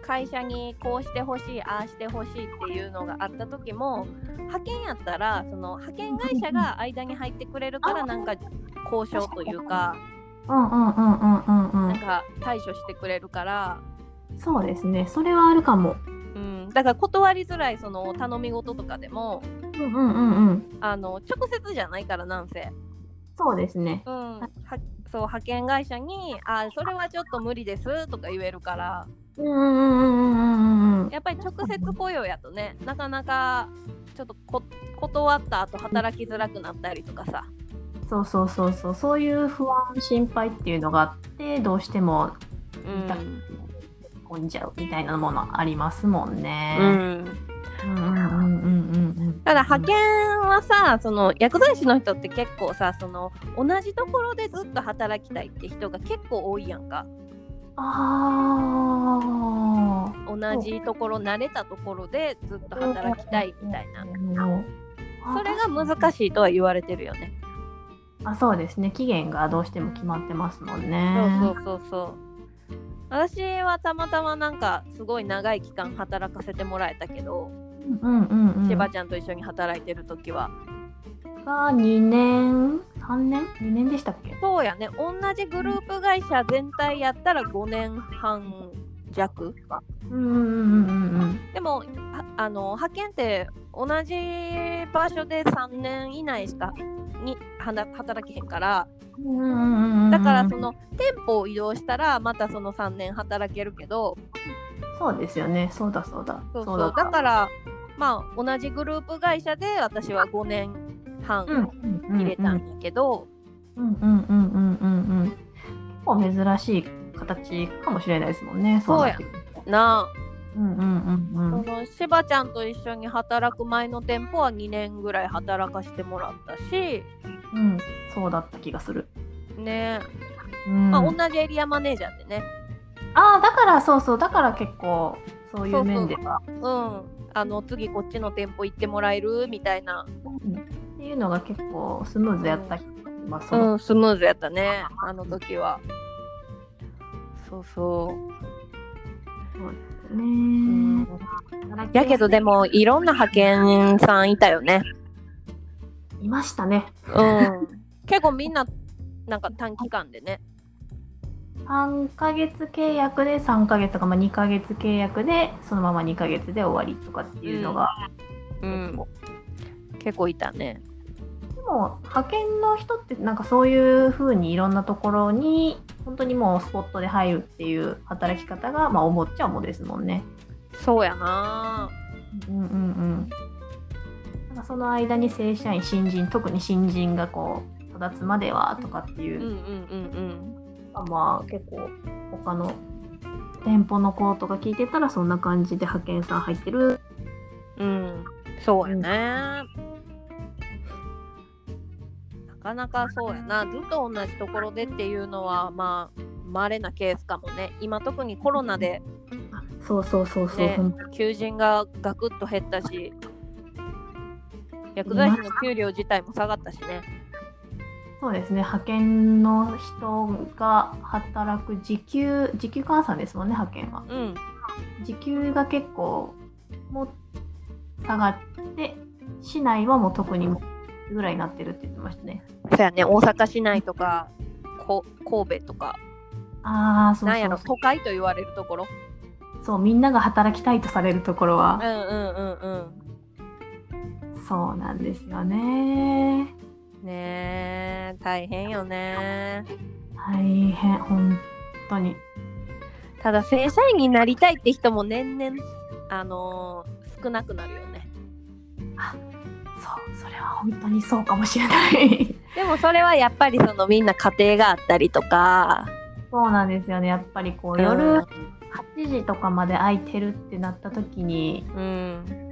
Speaker 1: 会社にこうしてほしいああしてほしいっていうのがあった時も派遣やったらその派遣会社が間に入ってくれるからなんか交渉というか
Speaker 2: うんうんうんうんうんう
Speaker 1: なん
Speaker 2: ん
Speaker 1: か対処してくれるから
Speaker 2: そうですねそれはあるかも
Speaker 1: うん、だから断りづらいその頼み事とかでも
Speaker 2: うんうんうんうん
Speaker 1: あの直接じゃないからなんせ、
Speaker 2: そうですね。
Speaker 1: うん、はそう派遣会社に「あそれはちょっと無理です」とか言えるから
Speaker 2: うんうんうんうんうんうん。
Speaker 1: やっぱり直接雇用やとねなかなかちょっとこ断った後働きづらくなったりとかさ、
Speaker 2: そうそうそうそう。そういう不安心配っていうのがあってどうしても
Speaker 1: うん
Speaker 2: 混んじゃうみたいなものありますもんね。
Speaker 1: うん、
Speaker 2: うんうんうんうんうん。
Speaker 1: ただ派遣はさその薬剤師の人って結構さその同じところでずっと働きたいって人が結構多いやんか
Speaker 2: ああ。
Speaker 1: 同じところ慣れたところでずっと働きたいみたいな。それが難
Speaker 2: い。
Speaker 1: しいとは言われてるよね。
Speaker 2: あ、そうですね。期限がどうしても決まってますもんね。
Speaker 1: そうそうそうそう。私はたまたまなんかすごい長い期間働かせてもらえたけど、
Speaker 2: うんうんうん。
Speaker 1: 千葉ちゃんと一緒に働いてる時は
Speaker 2: が2年、3年 ?2 年でしたっけ
Speaker 1: そうやね同じグループ会社全体やったら5年半弱
Speaker 2: うんうんうんうんうん。
Speaker 1: でもああの派遣って同じ場所で3年以内しかにはな働けへんから
Speaker 2: うんうんうん
Speaker 1: だからその店舗を移動したらまたその3年働けるけど
Speaker 2: そうですよねそうだそうだ
Speaker 1: そうそうだ
Speaker 2: った
Speaker 1: からまあ同じグループ会社で私は5年
Speaker 2: うん
Speaker 1: 半
Speaker 2: うん
Speaker 1: 入れたんやけど、
Speaker 2: うんうんうんうんうんうん結構珍しい形かもしれないですもんね
Speaker 1: そうや
Speaker 2: なってくると
Speaker 1: な
Speaker 2: うんうんう
Speaker 1: あ
Speaker 2: んう
Speaker 1: そ
Speaker 2: ん
Speaker 1: のしばちゃんと一緒に働く前の店舗は2年ぐらい働かせてもらったし
Speaker 2: うんそうだった気がする、
Speaker 1: ね、
Speaker 2: うん
Speaker 1: まあ、同じエリアマネージャーでね
Speaker 2: ああだからそうそうだから結構そういう面では。
Speaker 1: うん、あの次こっちの店舗行ってもらえるみたいな、
Speaker 2: うんっていうのが結構スムーズやった気がします。その
Speaker 1: うん、スムーズやったねあの時はそうそう、
Speaker 2: ね
Speaker 1: やけどでもいろんな派遣さんいたよね
Speaker 2: いましたね。
Speaker 1: うん結構みんななんか短期間でね
Speaker 2: 3ヶ月契約で3ヶ月とか、まあ、2ヶ月契約でそのまま2ヶ月で終わりとかっていうのが、
Speaker 1: うん結構いたね
Speaker 2: でも派遣の人ってなんかそういう風にいろんなところに本当にもうスポットで入るっていう働き方が、まあ、思っちゃうもんですもんね。
Speaker 1: そうやな
Speaker 2: うんうんうん、なんかその間に正社員新人特に新人がこう育つまではとかっていううん
Speaker 1: うんうん
Speaker 2: まあ結構他の店舗の子とか聞いてたらそんな感じで派遣さん入ってる
Speaker 1: うんうんそうやね、なかなかそうやなずっと同じところでっていうのはまあ稀なケースかもね今特にコロナで
Speaker 2: そうそうそうそう、
Speaker 1: ね
Speaker 2: ほんと
Speaker 1: 求人がガクッと減ったし薬剤師の給料自体も下がったしね
Speaker 2: そうですね派遣の人が働く時給時給換算ですもんね派遣は
Speaker 1: うん
Speaker 2: 時給が結構もう下がって市内はもう特にもうぐらいになってるって言ってましたね
Speaker 1: そうやね大阪市内とかこ神戸とか
Speaker 2: ああそう
Speaker 1: なんや
Speaker 2: そ
Speaker 1: ろ
Speaker 2: うそ
Speaker 1: 都会と言われるところ
Speaker 2: うそうみんなが働きたいとされるところ
Speaker 1: うん
Speaker 2: は、
Speaker 1: うんうんうん
Speaker 2: そうなんですよね
Speaker 1: ねえ大変よね
Speaker 2: 大変本当に
Speaker 1: ただ正社員になりたいって人も年々あのー少なくなるよね
Speaker 2: そうそれは本当にそうかもしれない
Speaker 1: でもそれはやっぱりそのみんな家庭があったりとか
Speaker 2: そうなんですよねやっぱりこう夜8時とかまで空いてるってなった時に
Speaker 1: うん、うん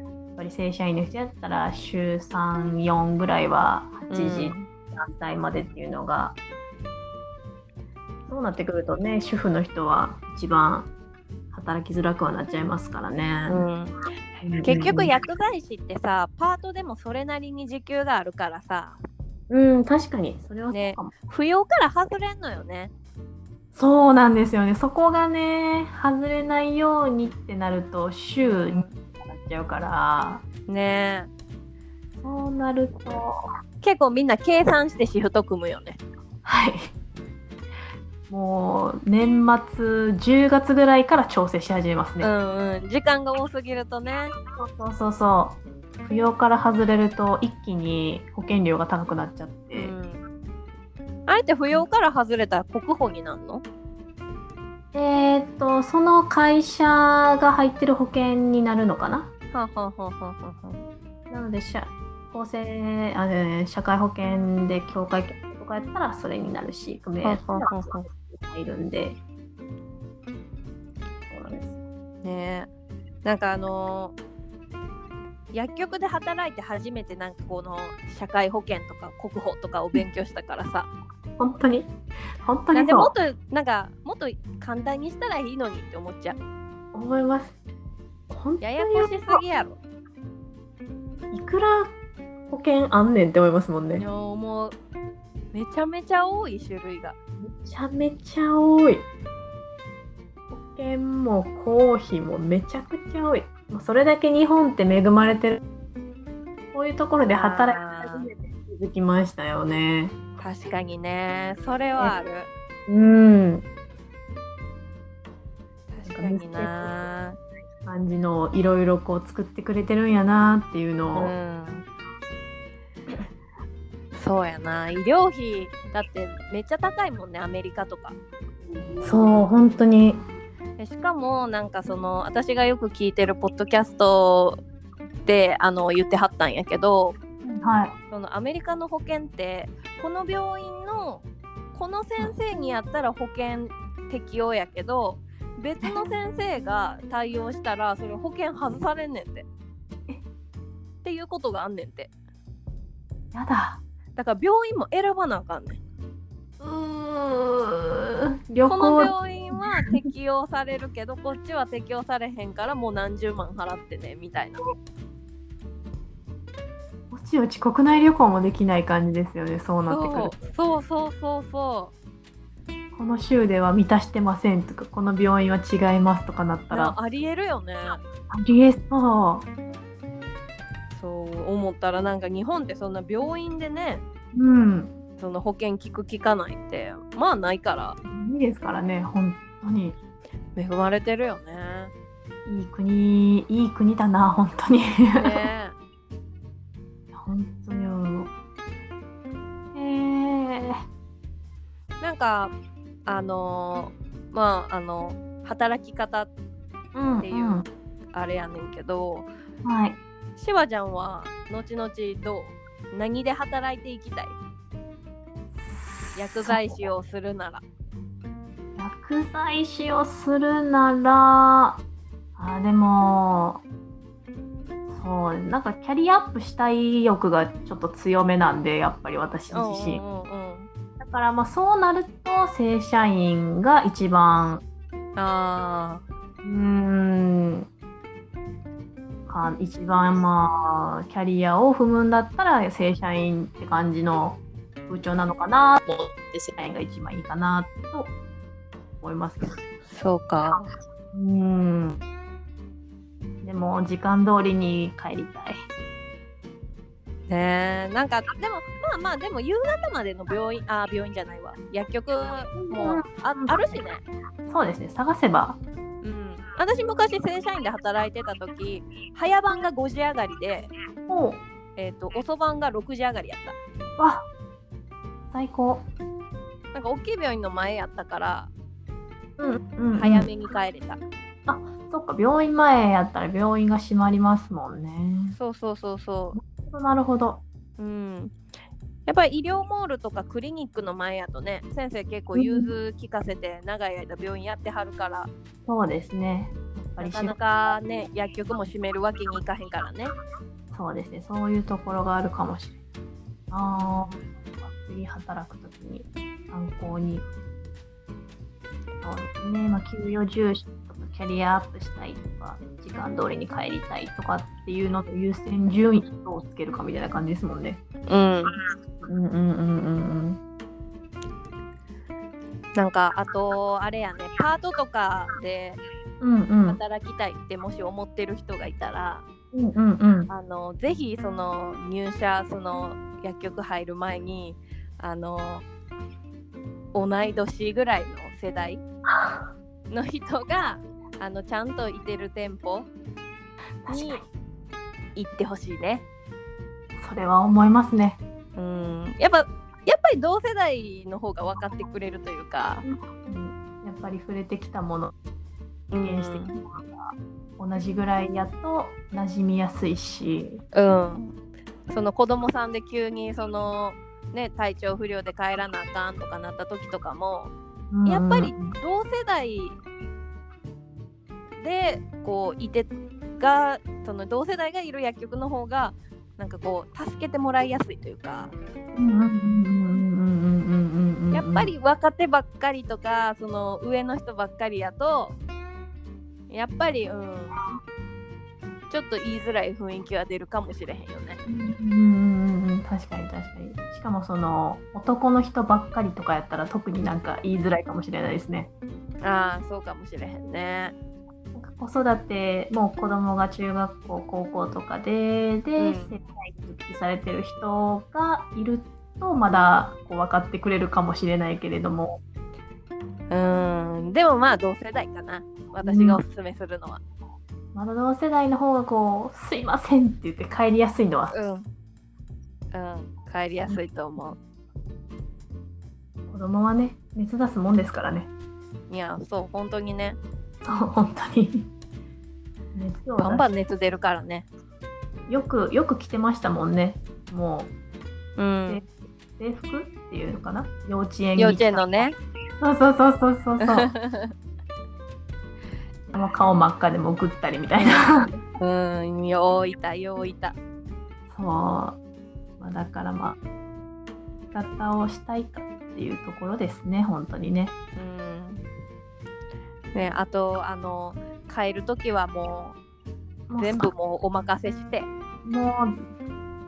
Speaker 2: やっぱり正社員の人やったら週34ぐらいは8時団体までっていうのが、そうなってくるとね主婦の人は一番働きづらくはなっちゃいますから
Speaker 1: う
Speaker 2: ね、
Speaker 1: ん、
Speaker 2: うん
Speaker 1: 結局薬剤師ってさパートでもそれなりに時給があるからさ
Speaker 2: うん確かにそれはそうかも、
Speaker 1: 扶養から外れんのよね
Speaker 2: そうなんですよねそこがね外れないようにってなると週になっちゃうから
Speaker 1: ね
Speaker 2: そうなると
Speaker 1: え結構みんな計算してシフト組むよね
Speaker 2: はいもう年末10月ぐらいから調整し始めますね、
Speaker 1: うんうん時間が多すぎるとね
Speaker 2: そうそうそう扶養から外れると一気に保険料が高くなっちゃって、
Speaker 1: うん、あれって扶養から外れたら国保になるの
Speaker 2: えーっとその会社が入ってる保険になるのかな
Speaker 1: はあ、はあはあはあはあ
Speaker 2: なので社厚生あ、ね、社会保険で協会とかやったらそれになるし組合やったら
Speaker 1: ほうほうほ
Speaker 2: 入るんでそうなんです
Speaker 1: ねえなんかあのー薬局で働いて初めてなんかこの社会保険とか国保とかを勉強したからさ
Speaker 2: 本当に本当
Speaker 1: なん
Speaker 2: に
Speaker 1: でも
Speaker 2: そ
Speaker 1: っとなんかもっと簡単にしたらいいのにって思っちゃう
Speaker 2: う思います本当
Speaker 1: や
Speaker 2: に
Speaker 1: やこしすぎやろ
Speaker 2: いくら保険あんねんって思いますもんね
Speaker 1: いやもうめちゃめちゃ多い種類が
Speaker 2: めちゃめちゃ多い。保険も公費もめちゃくちゃ多い。もうそれだけ日本って恵まれてる。こういうところで働き始めて気づきましたよね。
Speaker 1: 確かにねそれはある
Speaker 2: うん。
Speaker 1: 確かにな
Speaker 2: 感じのいろいろこう作ってくれてるんやなっていう
Speaker 1: う
Speaker 2: のを。
Speaker 1: んそうやな医療費だってめっちゃ高いもんねアメリカとか
Speaker 2: そう、本当に。
Speaker 1: でしかもなんかその私がよく聞いてるポッドキャストであの言ってはったんやけど
Speaker 2: はい。
Speaker 1: そのアメリカの保険ってこの病院のこの先生にやったら保険適用やけど別の先生が対応したらそれ保険外されんねんて。っていうことがあんねんて。
Speaker 2: やだ。
Speaker 1: だから病院も選ばなあかんねん。
Speaker 2: うーん。旅
Speaker 1: この
Speaker 2: 行。
Speaker 1: 病院は適用されるけどこっちは適用されへんからもう何十万払ってねみたいな
Speaker 2: もちろん国内旅行もできない感じですよねそうなってくる
Speaker 1: そうそ
Speaker 2: と
Speaker 1: うそうそうそう
Speaker 2: この州では満たしてませんとかこの病院は違いますとかなったら
Speaker 1: なありえるよね
Speaker 2: ありえそ
Speaker 1: そう思ったらなんか日本ってそんな病院でね
Speaker 2: ううん
Speaker 1: その保険聞く聞かないってまあないから
Speaker 2: いいですからね本当に
Speaker 1: 恵まれてるよ ね。
Speaker 2: いい国いい国だな本当に
Speaker 1: ね
Speaker 2: 本当に思うえ
Speaker 1: え
Speaker 2: ー、
Speaker 1: なんかあのーまああの働き方
Speaker 2: うん
Speaker 1: っていう
Speaker 2: うん
Speaker 1: あれやねんけど
Speaker 2: はい
Speaker 1: しわちゃんは後々どう何で働いていきたい薬剤師をするなら。
Speaker 2: 薬剤師をするならあでもそうなんかキャリアアップしたい欲がちょっと強めなんでやっぱり私
Speaker 1: うん
Speaker 2: 自身
Speaker 1: うんうん
Speaker 2: だからまあそうなると正社員が一番
Speaker 1: うんあー
Speaker 2: うーんか一番まあキャリアを踏むんだったら正社員って感じの風潮なのかなと思って正社員が一番いいかなと思いますけど
Speaker 1: そうか
Speaker 2: うん。でも時間通りに帰りたい。
Speaker 1: ねえなんかでもまあまあでも夕方までの病院あー病院じゃないわ薬局もああるしね
Speaker 2: そうですね。探せば。
Speaker 1: うん、私昔正社員で働いてた時早番が5時上がりで、
Speaker 2: おう。
Speaker 1: えー、と遅番が6時上がりやっ
Speaker 2: わ。最高。
Speaker 1: たなんか大きい病院の前やったから
Speaker 2: うんうん
Speaker 1: 早。めに帰れた、
Speaker 2: そっか病院前やったら病院が閉まりますもんね。
Speaker 1: そうそうそうそ
Speaker 2: なるほど。
Speaker 1: ううんやっぱり医療モールとかクリニックの前やとね先生結構融通聞かせて長い間病院やってはるから
Speaker 2: そうですね。やっぱ
Speaker 1: な
Speaker 2: り
Speaker 1: か
Speaker 2: 仕
Speaker 1: な
Speaker 2: 事
Speaker 1: かね薬局も閉めるわけにいかへんからね
Speaker 2: そうですね。そういうところがあるかもしれない。ああ。次働くときに参考に。そうですね。まあ給与重視とかキャリアアップしたいとか時間通りに帰りたいとかっていうのと優先順位をどうつけるかみたいな感じですもんね。
Speaker 1: うん
Speaker 2: うんうんうんうん
Speaker 1: なんかあとあれやねパートとかで
Speaker 2: うん。うんうん
Speaker 1: 働きたいってもし思ってる人がいたら、
Speaker 2: うんうんうん。
Speaker 1: あのぜひその入社その薬局入る前にあの同い年ぐらいの世代の人があのちゃんといてる店舗
Speaker 2: 確
Speaker 1: に
Speaker 2: かに
Speaker 1: 行ってほしいね。
Speaker 2: それは思いますね。
Speaker 1: うんやっぱやっぱり同世代の方が分かってくれるというか、
Speaker 2: うんやっぱり触れてきたもの、
Speaker 1: う
Speaker 2: 経験してきた
Speaker 1: ん
Speaker 2: ものが同じぐらいやと馴染みやすいし。
Speaker 1: うん、その子供さんで急にその、ね、体調不良で帰らなあかんとかなった時とかも
Speaker 2: うんうん
Speaker 1: やっぱり同世代でこういてがその同世代がいる薬局の方がなんかこう助けてもらいやすいというかやっぱり若手ばっかりとかその上の人ばっかりやとやっぱりうんちょっと言いづらい雰囲気は出るかもしれへんよね。
Speaker 2: うんうんうんうん確かに確かにしかもその男の人ばっかりとかやったら特になんか言いづらいかもしれないですね
Speaker 1: ああそうかもしれへんね。
Speaker 2: なんか子育てもう子供が中学校高校とかでで、
Speaker 1: うん
Speaker 2: 世界に復帰されてる人がいるとまだこう分かってくれるかもしれないけれども
Speaker 1: うんでもまあ同世代かな私がおすすめするのは。
Speaker 2: まだ同世代の方がこう「すいません」って言って帰りやすいのは
Speaker 1: うん、うん、帰りやすいと思う。
Speaker 2: 子供はね熱出すもんですからね
Speaker 1: いやそう本当にね
Speaker 2: そう本当に熱を出
Speaker 1: バンバン熱出るからね
Speaker 2: よくよく着てましたもんねも
Speaker 1: うん
Speaker 2: う制服っていうのかな幼稚園に
Speaker 1: 幼稚園のね
Speaker 2: そうそうそうそうそ うそうもう顔真っ赤でもぐったりみたいな
Speaker 1: うんよういたよういた
Speaker 2: そう、まあ、だからまあ着方をしたいかっていうところですね本当にね
Speaker 1: うんね、あとあの変える時はも
Speaker 2: も
Speaker 1: う
Speaker 2: う
Speaker 1: 全部もうお任せして
Speaker 2: もう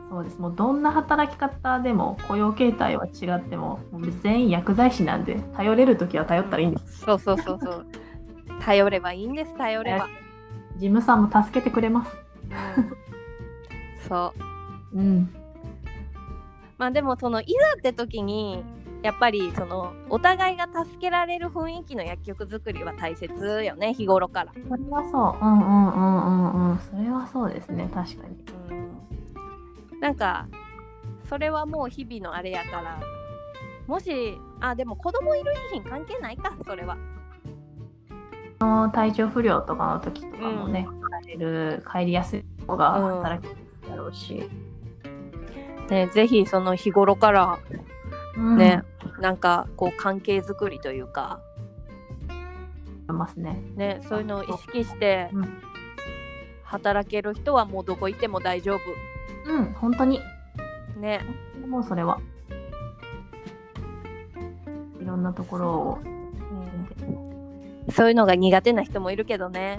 Speaker 2: そうですもうどんな働き方でも雇用形態は違ってももう全員薬剤師なんで頼れる時は頼ったらいいんです、
Speaker 1: そうそうそうそう 頼ればいいんです頼れば、
Speaker 2: 事務さんも助けてくれます
Speaker 1: うん、そう
Speaker 2: うん
Speaker 1: まあでもそのいざって時にやっぱりそのお互いが助けられる雰囲気の薬局作りは大切よね日頃から、
Speaker 2: それはそううんうんうんうんうんそれはそうですね確かに
Speaker 1: うん、なんかそれはもう日々のあれやからもしあでも子供いる遺品関係ないかそれは
Speaker 2: その体調不良とかの時とかもね、帰れる帰りやすい子が働きやすいだろうし、
Speaker 1: ねぜひその日頃から
Speaker 2: うん
Speaker 1: ね、なんかこう関係づくりというか
Speaker 2: 思いますね
Speaker 1: ねそういうのを意識して
Speaker 2: うん
Speaker 1: 働ける人はもうどこ行っても大丈
Speaker 2: うん本当に
Speaker 1: 夫ね
Speaker 2: もうそれは。いろんなところを。
Speaker 1: そういうのが苦手な人もいるけどね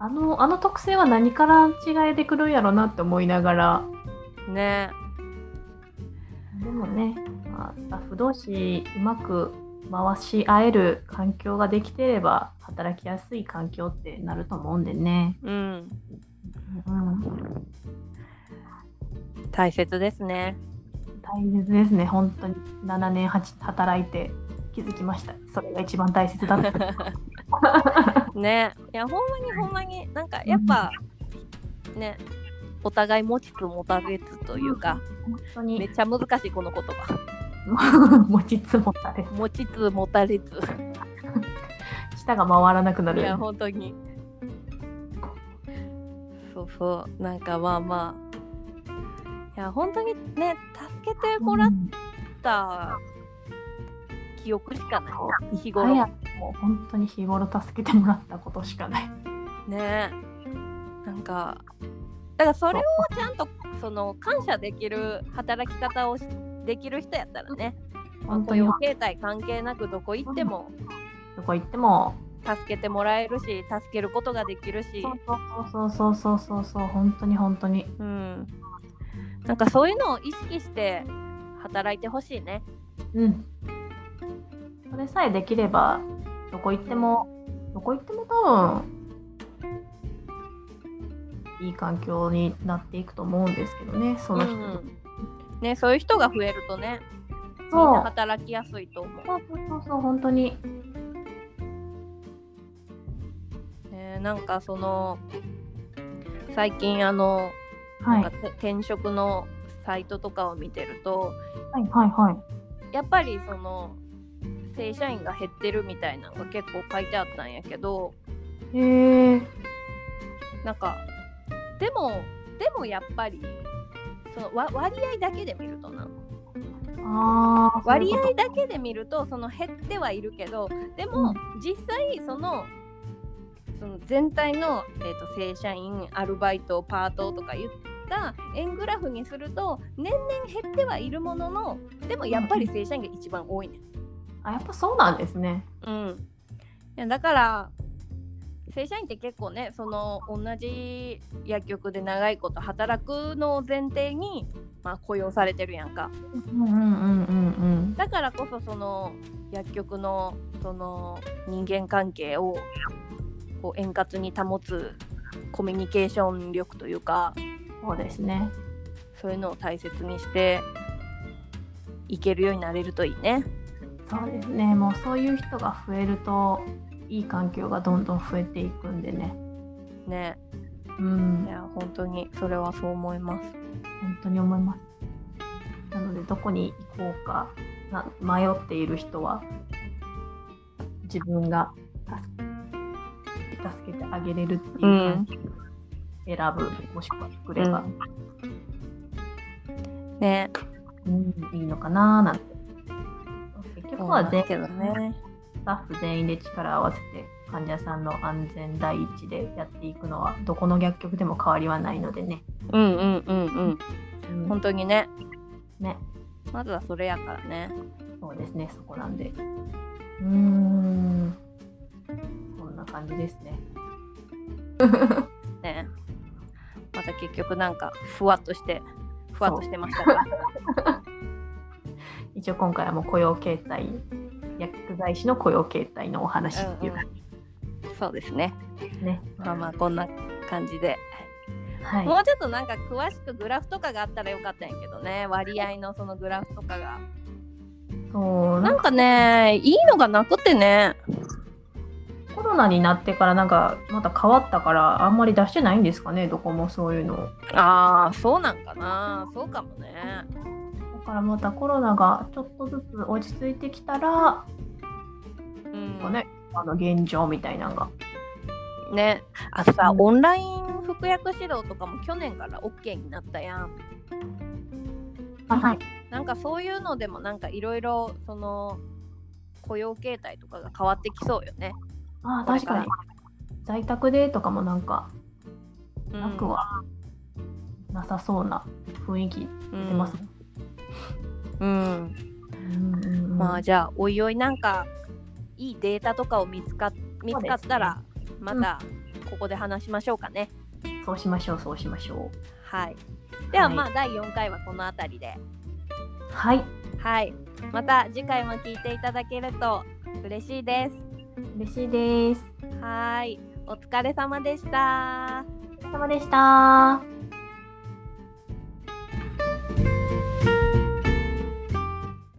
Speaker 2: あの、あの特性は何から違いでくるんやろなって思いながら。
Speaker 1: ね
Speaker 2: でもね、まあ、スタッフ同士うまく回し合える環境ができてれば、働きやすい環境ってなると思うんでね。
Speaker 1: うん
Speaker 2: うん、
Speaker 1: 大切ですね
Speaker 2: 大切ですね、本当に。7年はち働いて気づきました。それが一番大切 だった。
Speaker 1: ねいやほんまにほんまになんかやっぱねお互い持ちつ持たれつというか
Speaker 2: 本当
Speaker 1: め
Speaker 2: に
Speaker 1: っちゃ難しいこの言葉
Speaker 2: 持ちつ持たれつ、
Speaker 1: 持ちつ持たれつ
Speaker 2: 舌が回らなくないる。
Speaker 1: や本当にそうそうなんかまあまあいや本当にね助けてもらっ
Speaker 2: うん
Speaker 1: た記憶しかない日頃
Speaker 2: 早くもう本当に日頃助けてもらったことしかない。
Speaker 1: ねなんかだからそれをちゃんとその感謝できる働き方をしできる人やったらねまあ
Speaker 2: 本当
Speaker 1: 雇
Speaker 2: に
Speaker 1: 用形態関係なくどこ行っても
Speaker 2: どこ行っても。
Speaker 1: 助けてもらえるし助けることができるし
Speaker 2: そうそうそうそうそうそう本当に本当に。
Speaker 1: うん、なんかそういうのを意識して働いてほしいね。
Speaker 2: うん。それさえできればどこ行ってもどこ行っても多分いい環境になっていくと思うんですけどね。その人と、
Speaker 1: ねそういう人が増えるとねみん
Speaker 2: そう
Speaker 1: な働きやすいと思
Speaker 2: そうそうそうそう本当に。
Speaker 1: う。ね、なんかその最近あの、
Speaker 2: はい
Speaker 1: なんかて転職のサイトとかを見てると
Speaker 2: はいはいはい。
Speaker 1: やっぱりその正社員が減ってるみたいなのが結構書いてあったんやけど
Speaker 2: へえ
Speaker 1: なんかでもでもやっぱりそのわ割合だけで見るとな
Speaker 2: ああ
Speaker 1: 割合だけで見るとその減ってはいるけどでも実際そのその全体の、えー、と正社員アルバイトパートとか言った円グラフにすると年々減ってはいるもののでもやっぱり正社員が一番多いね。
Speaker 2: あやっぱそうなんですね。
Speaker 1: うん、いやだから正社員って結構ねその同じ薬局で長いこと働くのを前提に、まあ、雇用されてるやんか。
Speaker 2: うんうんうんうんうん。
Speaker 1: だからこそその薬局のその人間関係をこう円滑に保つコミュニケーション力というか
Speaker 2: そうですね。
Speaker 1: そういうのを大切にしていけるようになれるといいね。
Speaker 2: そうですね。もうそういう人が増えるといい環境がどんどん増えていくんでね。
Speaker 1: ね
Speaker 2: う
Speaker 1: い
Speaker 2: ん、
Speaker 1: や本当にそれはそう思います。
Speaker 2: 本当に思います。なのでどこに行こうかな迷っている人は自分が助け助けてあげれるっていう感じ、選ぶもしくは作れば、
Speaker 1: ね
Speaker 2: うんいいのかなーなんて。結局は全
Speaker 1: けどね。
Speaker 2: スタッフ全員で力を合わせて患者さんの安全第一でやっていくのはどこの薬局でも変わりはないのでね。
Speaker 1: うんうんうんうん。
Speaker 2: うん
Speaker 1: 本当にね
Speaker 2: ね、
Speaker 1: まずはそれやからね。
Speaker 2: そうですね、そこなんで。うーん。そんな感じですね。
Speaker 1: ねまた結局なんかふわっとしてふわっとしてましたが
Speaker 2: 一応今回はもう雇用形態、薬剤師の雇用形態のお話っていう感
Speaker 1: そうですね
Speaker 2: じですね。
Speaker 1: まあまあこんな感じで、
Speaker 2: はい。
Speaker 1: もうちょっとなんか詳しくグラフとかがあったらよかったんやけどね割合のそのグラフとかが
Speaker 2: そう、な
Speaker 1: なんん
Speaker 2: か
Speaker 1: かねいいのがなくてね
Speaker 2: コロナになってからなんかまた変わったからあんまり出してないんですかね、どこもそういうのを。
Speaker 1: ああそうなんかなそうかもね
Speaker 2: だからまたコロナがちょっとずつ落ち着いてきたら、
Speaker 1: うん
Speaker 2: ねあの現状みたいなのが。
Speaker 1: ねあとさ、
Speaker 2: うん
Speaker 1: オンライン服薬指導とかも去年から OK になったやん
Speaker 2: はい、
Speaker 1: なんかそういうのでもなんかいろいろその雇用形態とかが変わってきそうよね。
Speaker 2: ああ確かに在宅でとかもなんか
Speaker 1: うん
Speaker 2: なくはなさそうな雰囲気出てますね。
Speaker 1: うん
Speaker 2: うんうんうん
Speaker 1: まあじゃあおいおいなんかいいデータとかを見つか見つかったらまたここで話しましょうかね。
Speaker 2: そうしましょうそうしましょう。
Speaker 1: はい。では
Speaker 2: はい
Speaker 1: まあ第4回はこの辺りで。
Speaker 2: はい
Speaker 1: はい。また次回も聞いていただけると嬉しいです。
Speaker 2: 嬉しいです。
Speaker 1: はーい。お疲れ様でした。
Speaker 2: お疲れ様でした。